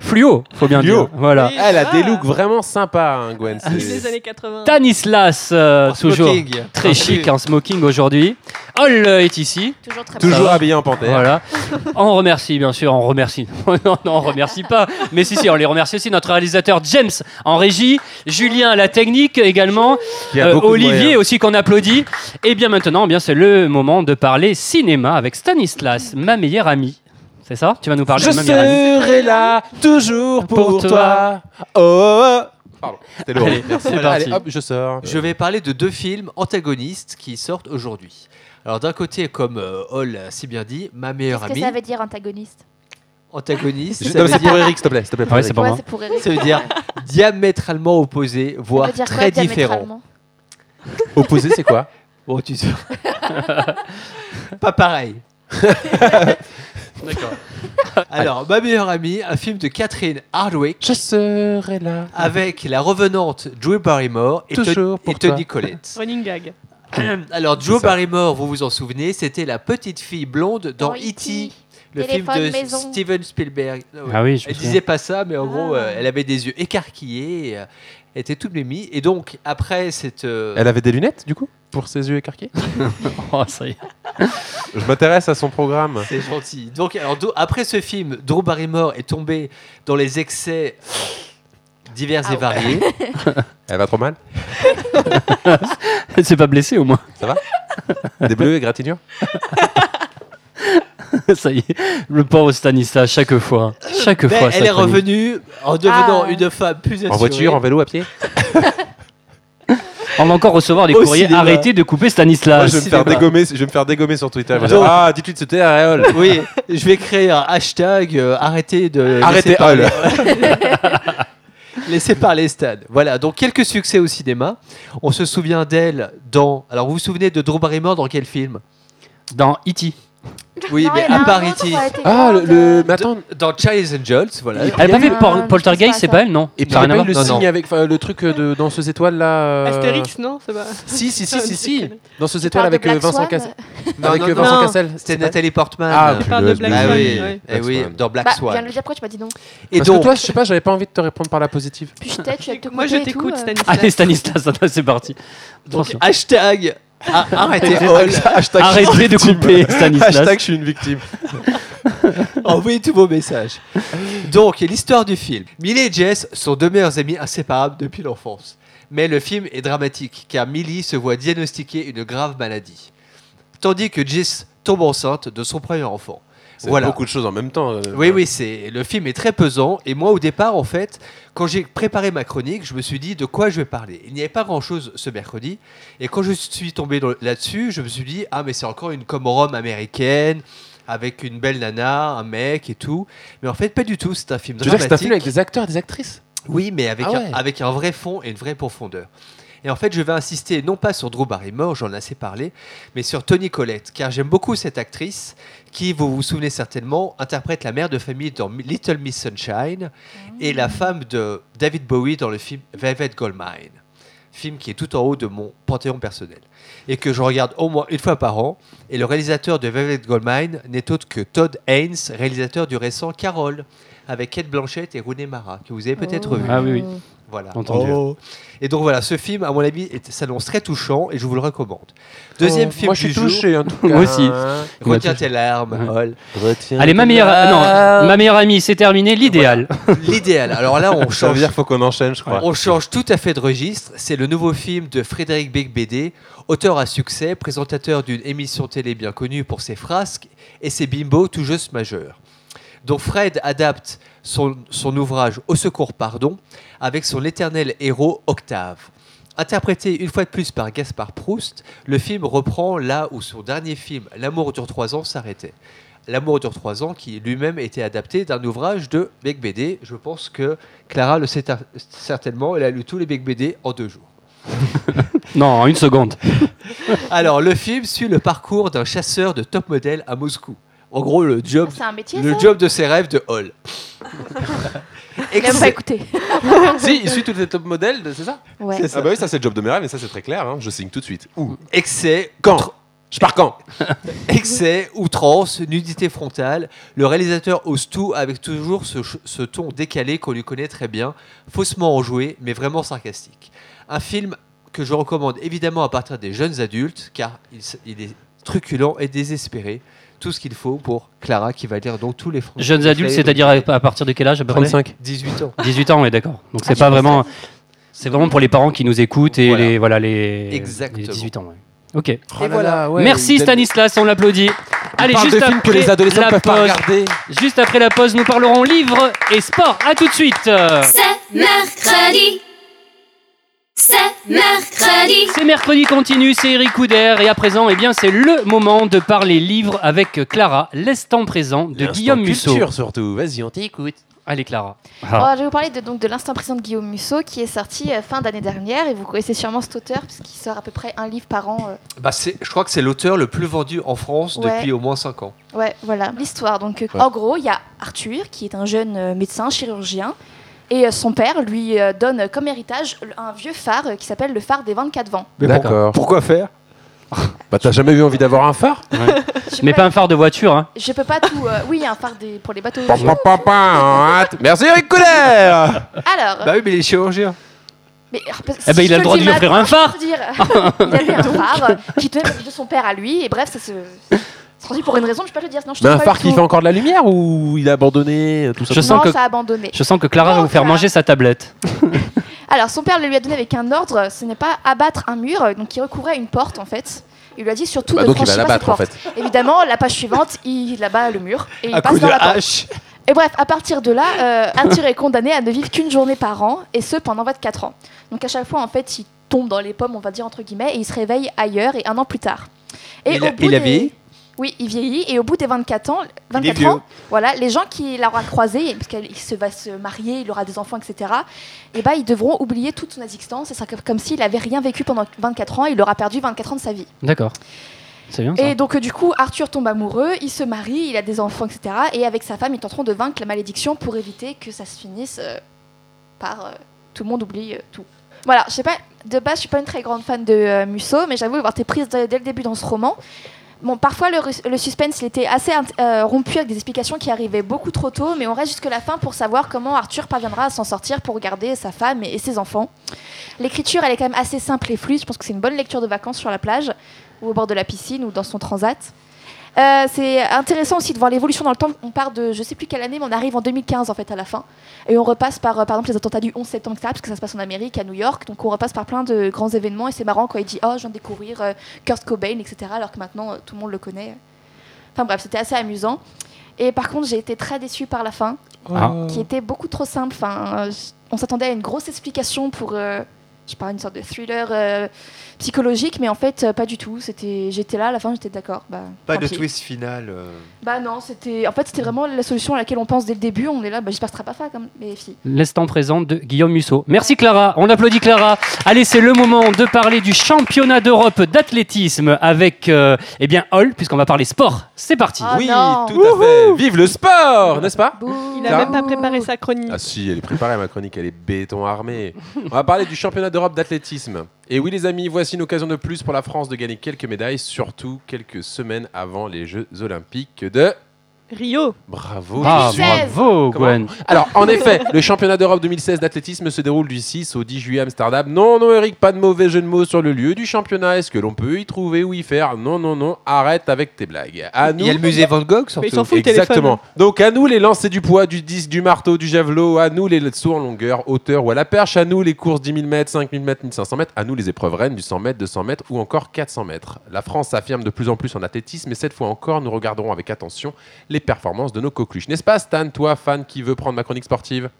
Fluo, faut bien
Fluo.
dire. Voilà.
Elle a des
Ah.
looks vraiment sympas, hein, Gwen. c'est-
Les [LAUGHS] années 80.
Tanislas, euh,
En
toujours
smoking. Ah,
très chic
hein.
en smoking aujourd'hui. Hall euh, est ici.
Toujours très bien.
Toujours habillée en panthère.
Voilà. On remercie, bien sûr, on remercie. [LAUGHS] non, non, on remercie pas. Mais si, si, on les remercie aussi. Notre réalisateur James en régie, Julien à la technique également,
Il y a
euh,
beaucoup de
Olivier
moyens.
aussi qu'on applaudit. Et bien maintenant, eh bien c'est le moment de parler cinéma avec Stanislas, ma meilleure amie. C'est ça Tu vas nous parler
Je
de ma meilleure amie
serai là toujours
Pour
pour
toi.
toi. Oh.
C'était lourd.
Allez,
Merci.
c'est
Voilà,
parti.
Allez, hop, je sors.
Je vais parler de deux films antagonistes qui sortent aujourd'hui. Alors d'un côté, comme euh, Hall a si bien dit, ma meilleure
Qu'est-ce que
amie,
ça veut dire antagoniste
antagoniste,
Je-
ça
non,
veut,
C'est pour
dire,
Eric, s'il te plaît.
[LAUGHS]
s'il te plaît, pour
Ouais,
Eric.
c'est pas moi.
Ouais, c'est pour Eric.
ça veut dire diamétralement opposé,
Ça
voire
veut dire quoi,
très différent.
diamétralement
Opposé, c'est quoi
Bon, tu sais. Pas
[LAUGHS]
pareil.
D'accord.
Alors, ma meilleure amie, un film de Catherine Hardwick
Je serai là.
avec la revenante Drew Barrymore et, Tony-
Toujours pour
et Tony
toi.
Collette.
Running gag.
Alors, Drew Barrymore, vous vous en souvenez, c'était la petite fille blonde dans
Dans E
E.T.,
E.T.,
le film
Téléphone
de
maison.
Steven Spielberg. Ah ouais.
Ah oui, je me
Elle
souviens.
disait pas ça, mais en gros,
Ah.
euh, elle avait des yeux écarquillés, euh, elle était toute mémie. Et donc, après cette. euh,
Elle avait des lunettes, du coup, pour ses yeux écarqués
Oh, ça y est.
Je m'intéresse à son programme.
[LAUGHS] C'est gentil. Donc, alors, do- après ce film, Drew Barrymore est tombée dans les excès divers
Ah
[LAUGHS]
et variés.
Elle va trop mal
Elle s'est pas blessée au moins. [LAUGHS]
Des bleus et gratignures
ça y est. Le pauvre Stanislas, chaque fois. hein. Chaque
Mais
fois. sa
Euh, ben, elle est
chronique.
revenue en devenant
Ah.
une femme plus assurée.
En voiture, en vélo, à pied
On va encore recevoir des
Au
courriers.
cinéma.
Arrêtez de couper
Moi,
Stanislas.
je, vais me faire
cinéma.
dégommer, je vais me faire dégommer sur Twitter. Je vais
Donc-
dire, ah, dites-lui de se taire, Réol.
Oui, je vais créer un hashtag euh, arrêtez de.
Arrêtez
laisser parler-
Hall.
[LAUGHS] Laissez parler Stan. Voilà, donc quelques succès au cinéma. On se souvient d'elle dans. Alors, vous vous souvenez de Drew Barrymore dans quel film
Dans E E.T.
Oui,
Non,
mais
il y en a
à
un
part
autre,
E.T.
elle était
Ah, le.
grande,
le-
euh,
Mais attends.
Dans Charles Angels, voilà.
Il-
Elle n'a pas fait
Non,
Por-
non,
Poltergeist,
c'est
c'est
pas
pas elle, non
Et puis,
Ça
il
a
n'y a
rien à
pas eu le
voir.
Non,
signe
non.
avec enfin, le truc de danseuse étoile là. euh,
Astérix, non C'est pas.
Si, si, si, si, si. Danseuse
parle
étoile avec
de
euh,
Black
Vincent
Swan. [LAUGHS]
Cassel.
Non,
avec
non,
euh,
non,
Vincent
non.
Cassel.
C'était Nathalie Portman.
Ah,
parle de Black
Ah
Swan,
oui,
ouais.
eh oui,
Swan.
dans Black
Bah, viens
Swan.
le dire, pourquoi tu m'as dit non
Et
Parce que
donc,
toi, je sais pas, j'avais pas envie de te répondre par la positive.
Puis je t'ai, tu vas te
Moi, je
couper et tout,
t'écoute,
euh.
Stanislas.
Allez, Stanislas, attends, c'est parti.
donc,
Attention.
hashtag ah, arrêtez Hall.
Hashtag
Arrêtez de couper Stanislas.
je suis une victime.
[LAUGHS] Envoyez tous vos messages. Donc, l'histoire du film. Millie et Jess sont deux meilleurs amis inséparables depuis l'enfance. Mais le film est dramatique car Millie se voit diagnostiquer une grave maladie. Tandis que Jess tombe enceinte de son premier enfant.
C'est
Voilà.
beaucoup de choses en même temps. euh,
Oui, oui, c'est le film est très pesant. Et moi, au départ, en fait, quand j'ai préparé ma chronique, je me suis dit de quoi je vais parler. Il n'y avait pas grand-chose ce mercredi. Et quand je suis tombé dans- là-dessus, je me suis dit ah mais c'est encore une comorom américaine avec une belle nana, un mec et tout. Mais en fait, pas du tout. C'est un film
Je veux dire que
dramatique.
c'est un film avec des acteurs et des actrices.
Oui, mais avec,
Ah
un,
ouais.
avec un vrai fond et une vraie profondeur. Et en fait, je vais insister non pas sur Drew Barrymore, j'en ai assez parlé, mais sur Tony Collette, car j'aime beaucoup cette actrice qui, vous vous souvenez certainement, interprète la mère de famille dans Mi- Little Miss Sunshine et la femme de David Bowie dans le film Velvet Goldmine, film qui est tout en haut de mon panthéon personnel et que je regarde au moins une fois par an. Et le réalisateur de Velvet Goldmine n'est autre que Todd Haynes, réalisateur du récent Carole, avec Kate Blanchett et Rooney Mara, que vous avez peut-être vu.
Ah oui, oui.
Voilà. Oh.
Entendu.
Et donc voilà, ce film, à mon avis, est- s'annonce très touchant et je vous le recommande. Deuxième
Oh,
film
Moi, je
du
suis
jour,
touché, en tout cas.
Moi aussi.
Retiens tes larmes, Hall.
Retiens.
Allez, ma meilleure, non, ma meilleure amie, c'est terminé. L'idéal.
L'idéal. Alors là, on
Ça veut
change,
dire faut qu'on enchaîne, je crois.
on change tout à fait de registre. C'est le nouveau film de Frédéric Becbédé, auteur à succès, présentateur d'une émission télé bien connue pour ses frasques et ses bimbos tout juste majeurs. Donc Fred adapte son, son ouvrage Au secours, pardon, avec son éternel héros Octave. Interprété une fois de plus par Gaspard Proust, le film reprend là où son dernier film, L'amour dure trois ans, s'arrêtait. L'amour dure trois ans, qui lui-même était adapté d'un ouvrage de Beck BD. Je pense que Clara le sait ta- certainement, elle a lu tous les Beck BD en deux jours.
Non, en une seconde.
Alors, le film suit le parcours d'un chasseur de top modèle à Moscou. En gros, le job,
C'est un métier,
le
ça
job de ses rêves de Hall.
Il n'a pas écouté.
si, il suit toutes les top modèles, c'est ça
[LAUGHS] Ouais.
C'est ça.
Ah bah oui, ça c'est le job de mes rêves, mais ça c'est très clair, hein, je signe tout de suite. Où
Excès,
Quand Je pars quand
excès, outrance, nudité frontale. Le réalisateur ose tout avec toujours ce, ch- ce ton décalé qu'on lui connaît très bien, faussement enjoué, mais vraiment sarcastique. Un film que je recommande évidemment à partir des jeunes adultes, car il, s- il est truculent et désespéré. Tout ce qu'il faut pour Clara qui va lire donc tous les Français.
Jeunes adultes, c'est-à-dire à, à partir de quel âge à peu près
18 ans.
18 ans, ouais, d'accord. Donc
Ah,
c'est
je
pas
pensais
vraiment. C'est vraiment pour les parents qui nous écoutent et
Voilà.
les voilà les,
Exactement.
les 18 ans. ouais. Ok.
Oh
et voilà.
Merci Stanislas, on l'applaudit. Allez,
parle
juste
de films
après
que les adolescents
la
peuvent pas
pause.
regarder.
Juste après la pause, nous parlerons livres et sport. À tout de suite. Euh,
C'est mercredi. C'est mercredi.
C'est mercredi continu, c'est Eric Couder et à présent, eh bien, c'est le moment de parler livres avec Clara, l'instant présent de Guillaume Musso.
Culture surtout, vas-y, on t'écoute.
Allez Clara.
Alors, je vais vous parler de, donc, de l'instant présent de Guillaume Musso qui est sorti euh, fin d'année dernière et vous connaissez sûrement cet auteur puisqu'il sort à peu près un livre par an. euh,
Bah, c'est- je crois que c'est l'auteur le plus vendu en France
Ouais.
depuis au moins 5 ans.
Ouais, voilà. L'histoire. Donc, euh,
Ouais.
en gros, il y a Arthur, qui est un jeune euh, médecin chirurgien, et euh, son père lui euh, donne euh, comme héritage l- un vieux phare euh, qui s'appelle le phare des 24 vents.
Mais D'accord. pourquoi-
Pourquoi faire
Bah t'as jamais eu envie d'avoir un phare
Je
Mais
peux
pas un phare de voiture, hein.
Je peux pas tout. euh, oui, un phare des, pour les bateaux.
[LAUGHS] Pam, pam, pam, pam, hein. Merci Eric Couder
Alors.
Bah oui, mais les chirurgiens.
mais, ah, parce-
Eh ben,
si
il a le
je te
droit de
dis
lui offrir
maintenant,
un phare.
je peux te dire. [LAUGHS] il a lui un phare euh, qui tenait de son père à lui, et bref, ça se. c'est sorti pour une raison, je peux pas le dire. Sinon, je te
Mais
dis
Bah, un
pas
phare
du
qui
tout.
fait encore de la lumière ou il a abandonné euh, tout ça
Je
tout
sens
Non,
que-
ça a abandonné.
Je sens que Clara va
Non,
vous faire
Clara.
manger sa tablette.
Alors, son père le lui a donné avec un ordre, ce n'est pas abattre un mur, euh, donc il recouvrait une porte en fait. Il lui a dit surtout
Bah
ne
donc il va
franchir pas cette
l'abattre en
porte.
fait.
Évidemment, la page suivante, il abat le mur et il
À coup
passe
de
dans la porte.
hache.
Et bref, à partir de là, euh, Arthur est condamné à ne vivre qu'une journée par an, et ce pendant 24 ans. Donc à chaque fois, en fait, il tombe dans les pommes, on va dire entre guillemets, et il se réveille ailleurs et un an plus tard. Et
Il
au
a-
bout
il a
des-
vieilli
Oui, il vieillit, et au bout des 24 ans,
Il est
24
vieux.
ans voilà, les gens qui l'aura croisé, parce qu'il se va se marier, il aura des enfants, etc., et ben, ils devront oublier toute son existence, et ça sera comme s'il n'avait rien vécu pendant 24 ans, il aura perdu 24 ans de sa vie.
D'accord. C'est bien ça.
Et donc, euh, du coup, Arthur tombe amoureux, il se marie, il a des enfants, etc. Et avec sa femme, ils tenteront de vaincre la malédiction pour éviter que ça se finisse euh, par euh, tout le monde oublie euh, tout. Voilà, je sais pas, de base, je suis pas une très grande fan de euh, Musso, mais j'avoue avoir été prise dès, dès le début dans ce roman. Bon, parfois le, rus- le suspense il était assez int- euh, rompu avec des explications qui arrivaient beaucoup trop tôt, mais on reste jusque la fin pour savoir comment Arthur parviendra à s'en sortir pour garder sa femme et, et ses enfants. L'écriture, elle est quand même assez simple et fluide. Je pense que c'est une bonne lecture de vacances sur la plage ou au bord de la piscine ou dans son transat. Euh, c'est intéressant aussi de voir l'évolution dans le temps. On part de je sais plus quelle année, mais on arrive en 2015 en fait à la fin. Et on repasse par, euh, par exemple, les attentats du 11 septembre, etc., parce que ça se passe en Amérique, à New York. Donc on repasse par plein de grands événements et c'est marrant quand il dit Oh, je viens de découvrir euh, Kurt Cobain, etc., alors que maintenant euh, tout le monde le connaît. Enfin bref, c'était assez amusant. Et par contre, j'ai été très déçue par la fin,
Ah.
qui était beaucoup trop simple. Enfin, euh, j- on s'attendait à une grosse explication pour, euh, je sais pas, une sorte de thriller euh, psychologique, mais en fait, euh, pas du tout. C'était, j'étais là, à la fin, j'étais d'accord. Bah,
Pas
tant
de
pis.
twist final. euh.
Bah non, c'était, en fait, c'était vraiment la solution à laquelle on pense dès le début. On est là, bah, j'espère que ce sera pas ça, comme les filles.
L'instant présent de Guillaume Musso. Merci Clara, on applaudit Clara. Allez, c'est le moment de parler du championnat d'Europe d'athlétisme avec euh, eh bien Hall, puisqu'on va parler sport. C'est parti.
Ah
oui,
non.
tout à fait. Vive le sport, n'est-ce pas
Bouh.
Il a même pas préparé sa chronique.
Ah si, elle est préparée ma chronique, elle est béton armé. On va parler du championnat d'Europe d'athlétisme. Et oui les amis, voici une occasion de plus pour la France de gagner quelques médailles, surtout quelques semaines avant les Jeux olympiques de...
Rio,
Bravo
Ah,
Julie.
2016.
bravo
Comment
Gwen.
Alors, en effet, le championnat d'Europe 2016 d'athlétisme se déroule du 6 au 10 juillet à Amsterdam. Non, non, Eric, pas de mauvais jeu de mots sur le lieu du championnat. Est-ce que l'on peut y trouver ou y faire Non, non, non, arrête avec tes blagues. À
Il
nous.
y a le musée Van Gogh surtout.
mais il s'en fout le téléphone. hein.
Exactement. Donc à nous les lancers du poids, du disque, du marteau, du javelot, à nous les sauts en longueur, hauteur ou à la perche, à nous les courses 10 000 mètres, 5 000 mètres, 1500 mètres, à nous les épreuves reines du 100 mètres, 200 mètres ou encore 400 mètres. La France s'affirme de plus en plus en athlétisme et cette fois encore, nous regarderons avec attention les performances de nos coqueluches. N'est-ce pas Stan, toi, fan qui veut prendre ma chronique sportive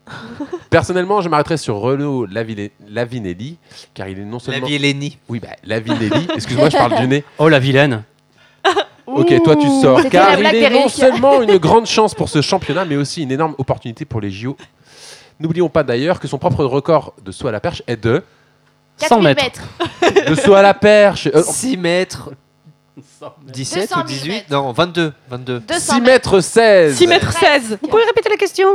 Personnellement, je m'arrêterai sur Renaud Lavine- Lavinelli, car il est non
La
seulement...
vie est Lénie.
Oui, bah, Lavinelli, excuse-moi, je parle du nez.
Oh la vilaine.
Ok, toi tu sors.
C'était la
Car il
blague
est non
d'Eric.
seulement une grande chance pour ce championnat, mais aussi une énorme opportunité pour les JO. N'oublions pas d'ailleurs que son propre record de saut à la perche est de.
4000
100 mètres.
mètres.
Euh, De saut à la perche euh,
6 mètres 17 ou
200
18 Non, 22. 22.
200
6
mètres.
mètres 16.
6 mètres 16. Vous pouvez répéter la question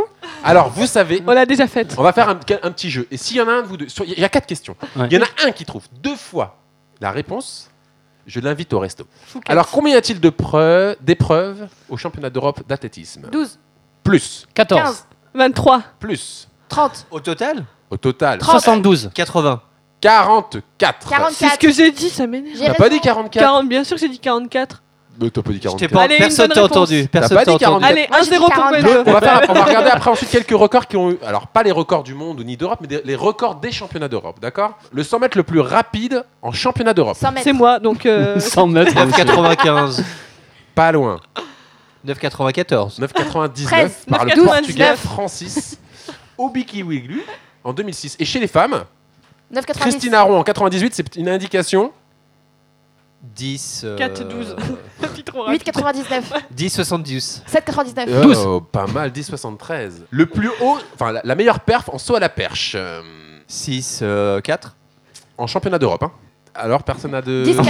Alors, vous savez,
On l'a déjà faite.
on va faire un, un petit jeu. Et s'il y en a un de vous deux, sur- il y a quatre questions.
Ouais.
Il y en a un qui trouve deux fois la réponse, je l'invite au resto. Alors, combien y a-t-il de preu- d'épreuves au championnat d'Europe d'athlétisme
12,
Plus,
14.
23.
plus,
30,
Au total
au total,
72.
80.
44.
44.
C'est ce que j'ai dit, ça m'énerve.
J'ai
T'as
raison.
pas dit 44
40, bien sûr que j'ai dit 44.
Mais T'as pas dit
Je t'ai
44.
pas-
Allez, une
personne
bonne
t'a
réponse.
entendu. Personne
pas
t'a
dit
entendu.
44.
Allez,
Moi, j'ai
1-0
dit
pour
42.
Pedro.
On va, faire-
[LAUGHS]
on va regarder après ensuite quelques records qui ont eu, alors pas les records du monde ni d'Europe, mais des- les records des championnats d'Europe, d'accord Le 100 mètres le plus rapide en championnat d'Europe.
100 mètres.
C'est moi,
[LAUGHS]
donc. [LAUGHS] euh,
100 mètres.
[LAUGHS] 9,95.
Pas loin.
9,94.
9,99
13,
par le
9,99.
Portugais Francis Obikiwiglu en 2006. Et chez les femmes,
9,90.
Christine Aron en 98, c'est une indication.
10.
4,
[LAUGHS]
12. [LAUGHS] petit trop rapide.
8,99.
10,70.
7,99.
Euh,
12.
oh, pas mal, 10,73. Le plus haut, enfin la, la meilleure perf en saut à la perche euh,
6, 4.
en championnat d'Europe. hein. Alors personne n'a de...
10,
euh,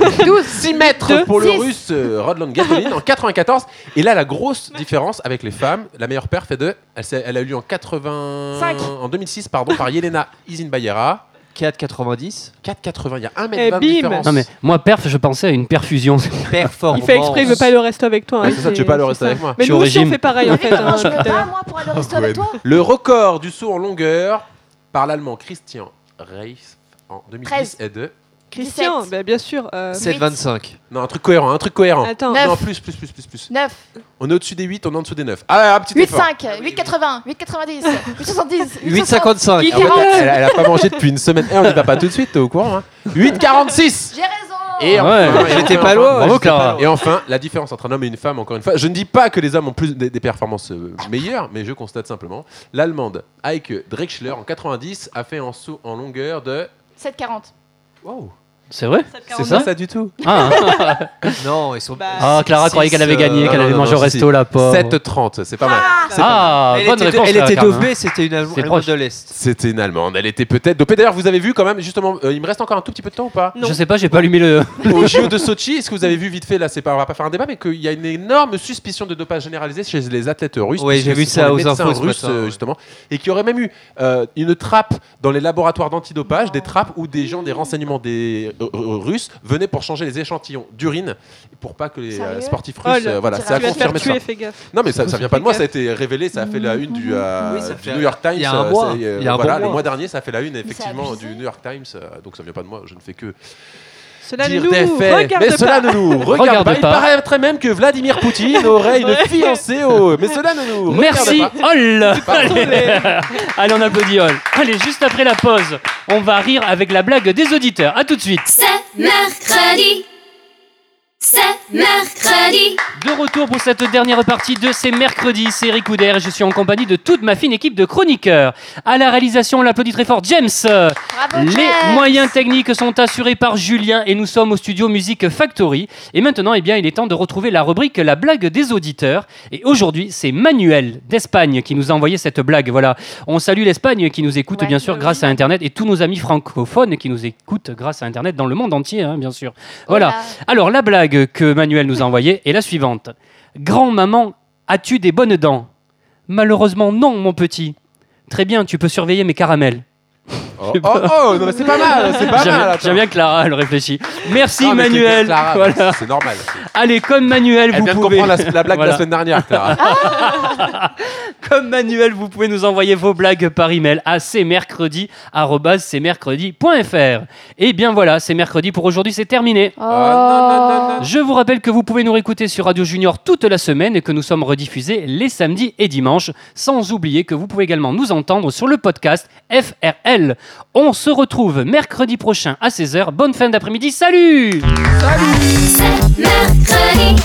[LAUGHS] 4. 12.
6 mètres
Deux.
pour
Six.
le russe euh, Rodland Gatolin en 94. Et là, la grosse différence avec les femmes, la meilleure perf est de. Elle, s'est- elle a eu lieu en 80.
Cinq.
En 2006, pardon, par Yelena Izinbayera.
4,90.
4,80. Il y a
Eh,
1m20 de
bim.
différence.
Non mais moi perf, je pensais à une perfusion.
Performance.
Il fait exprès, il veut pas aller au resto avec toi.
Ouais,
hein,
c'est ça, tu veux pas le rester
ça.
avec moi.
Mais
Je suis
nous
au
aussi, on
régime.
fait pareil en
T'as vu
fait.
comment
hein,
je me
putain.
bats, moi, pour aller au resto avec toi
Le record du saut en longueur par l'allemand Christian Reif en 2010
Treize.
est de.
Christian,
17.
bah, bien sûr. euh,
7,25.
Non, un truc cohérent, un truc cohérent.
Attends,
Ah, Neuf.
Non, plus, plus, plus, plus, plus.
9,
On est au-dessus des 8, on est en dessous des 9. Ah, un petit
8,
effort.
5, 8, 80, 8, 90, 8, 70,
8,55.
Ah ouais, elle, elle a pas mangé depuis une semaine. Eh, on y va pas tout de suite, t'es au courant. Hein. 8,46
J'ai raison.
Et
Ah
enfin,
ouais,
et
j'étais
enfin,
pas loin,
enfin,
j'étais
bravo, Clara.
pas loin.
Et enfin, la différence entre un homme et une femme, encore une fois. Je ne dis pas que les hommes ont plus des, des performances euh, meilleures, mais je constate simplement. L'allemande Heike Drechsler, en 90, a fait en saut en longueur de.
7,40.
Wow,
C'est vrai C'est ça
du tout.
Ah, hein.
[LAUGHS] Non, ils sont.
Bah,
Ah, Clara
Six,
croyait qu'elle avait gagné,
euh,
qu'elle
non,
allait
non,
manger au
non, si,
resto la pauvre.
7,30, c'est pas mal.
Ah,
elle
bonne
était,
réponse.
elle était
Clara, quand même, hein.
dopée, c'était une Allem-
C'est
Allemande
proche.
de l'Est.
C'était une allemande, elle était peut-être dopée. D'ailleurs, vous avez vu quand même, justement, euh, il me reste encore un tout petit peu de temps ou pas
hein.
Non.
Je sais pas, j'ai pas allumé le.
Au JO de Sochi, est-ce que vous avez vu vite fait, là, c'est pas, on va pas faire un débat, mais qu'il y a une énorme suspicion de dopage généralisé chez les athlètes russes.
Ouais,
puisque
j'ai vu
ce
ça
sont les
aux
médecins
infos ce
russes,
matin,
euh,
ouais.
justement, et qui aurait même eu euh, une trappe dans les laboratoires d'antidopage, des trappes où des gens, des renseignements des euh, euh, Russes venaient pour changer les échantillons d'urine pour pas que les euh,
Sérieux
sportifs
Oh,
russes.
le-
euh, voilà,
tu
ça a
tu vas te faire
confirmé ça.
tuer, fais gaffe.
Non, mais ça, ça vient pas de
Fais
moi,
gaffe.
ça a été révélé, ça a fait la une du, euh,
Oui, ça
du
fait-
New York Times.
il y a un
euh,
mois.
c'est, euh,
Il y a un
voilà,
bon mois.
le mois dernier, ça a fait la une, effectivement,
abusé.
du New York Times. euh, donc ça vient pas de moi, je ne fais que
Cela ne
dire
nous
des faits.
regarde
mais
pas.
cela ne nous regarde,
Regarde
pas.
pas.
Il paraîtrait même que Vladimir Poutine aurait une
Ouais.
fiancée au. Mais cela ne nous regarde
Merci,
pas.
Hall
Pardon.
Allez. Allez, on applaudit Hall. Allez, juste après la pause, on va rire avec la blague des auditeurs. À tout de suite.
C'est mercredi. C'est mercredi.
De retour pour cette dernière partie de ces mercredis, c'est Ricoudère et je suis en compagnie de toute ma fine équipe de chroniqueurs. À la réalisation, on l'applaudit très fort James.
Bravo,
Les
Jack.
moyens techniques sont assurés par Julien et nous sommes au studio Music Factory. Et maintenant, eh bien, il est temps de retrouver la rubrique La blague des auditeurs. Et aujourd'hui, c'est Manuel d'Espagne qui nous a envoyé cette blague. Voilà, on salue l'Espagne qui nous écoute
Ouais,
bien sûr
bah
grâce
oui.
à Internet et tous nos amis francophones qui nous écoutent grâce à Internet dans le monde entier, hein, bien sûr. Voilà.
Hola.
Alors, la blague que Manuel nous a envoyée est la suivante. Grand-maman, as-tu des bonnes dents Malheureusement, non, mon petit. Très bien, tu peux surveiller mes caramels.
Oh, oh, oh, non, mais c'est pas mal, c'est pas
J'aime
mal. attends.
j'aime bien que Clara, elle réfléchit. Merci,
Non, mais c'est bien,
Manuel.
Clara,
Voilà.
C'est normal.
Allez, comme Manuel,
Elle
vous
vient de
pouvez...
comprendre la, la blague de
Voilà.
la semaine dernière, Clara.
Comme Manuel, vous pouvez nous envoyer vos blagues par email à cmercredi.fr. Et Eh bien voilà, c'est mercredi pour aujourd'hui, c'est terminé.
Oh.
Ah, non, non, non, non.
Je vous rappelle que vous pouvez nous réécouter sur Radio Junior toute la semaine et que nous sommes rediffusés les samedis et dimanches, sans oublier que vous pouvez également nous entendre sur le podcast FRL. On se retrouve mercredi prochain à 16h. Bonne fin d'après-midi, salut
C'est mercredi.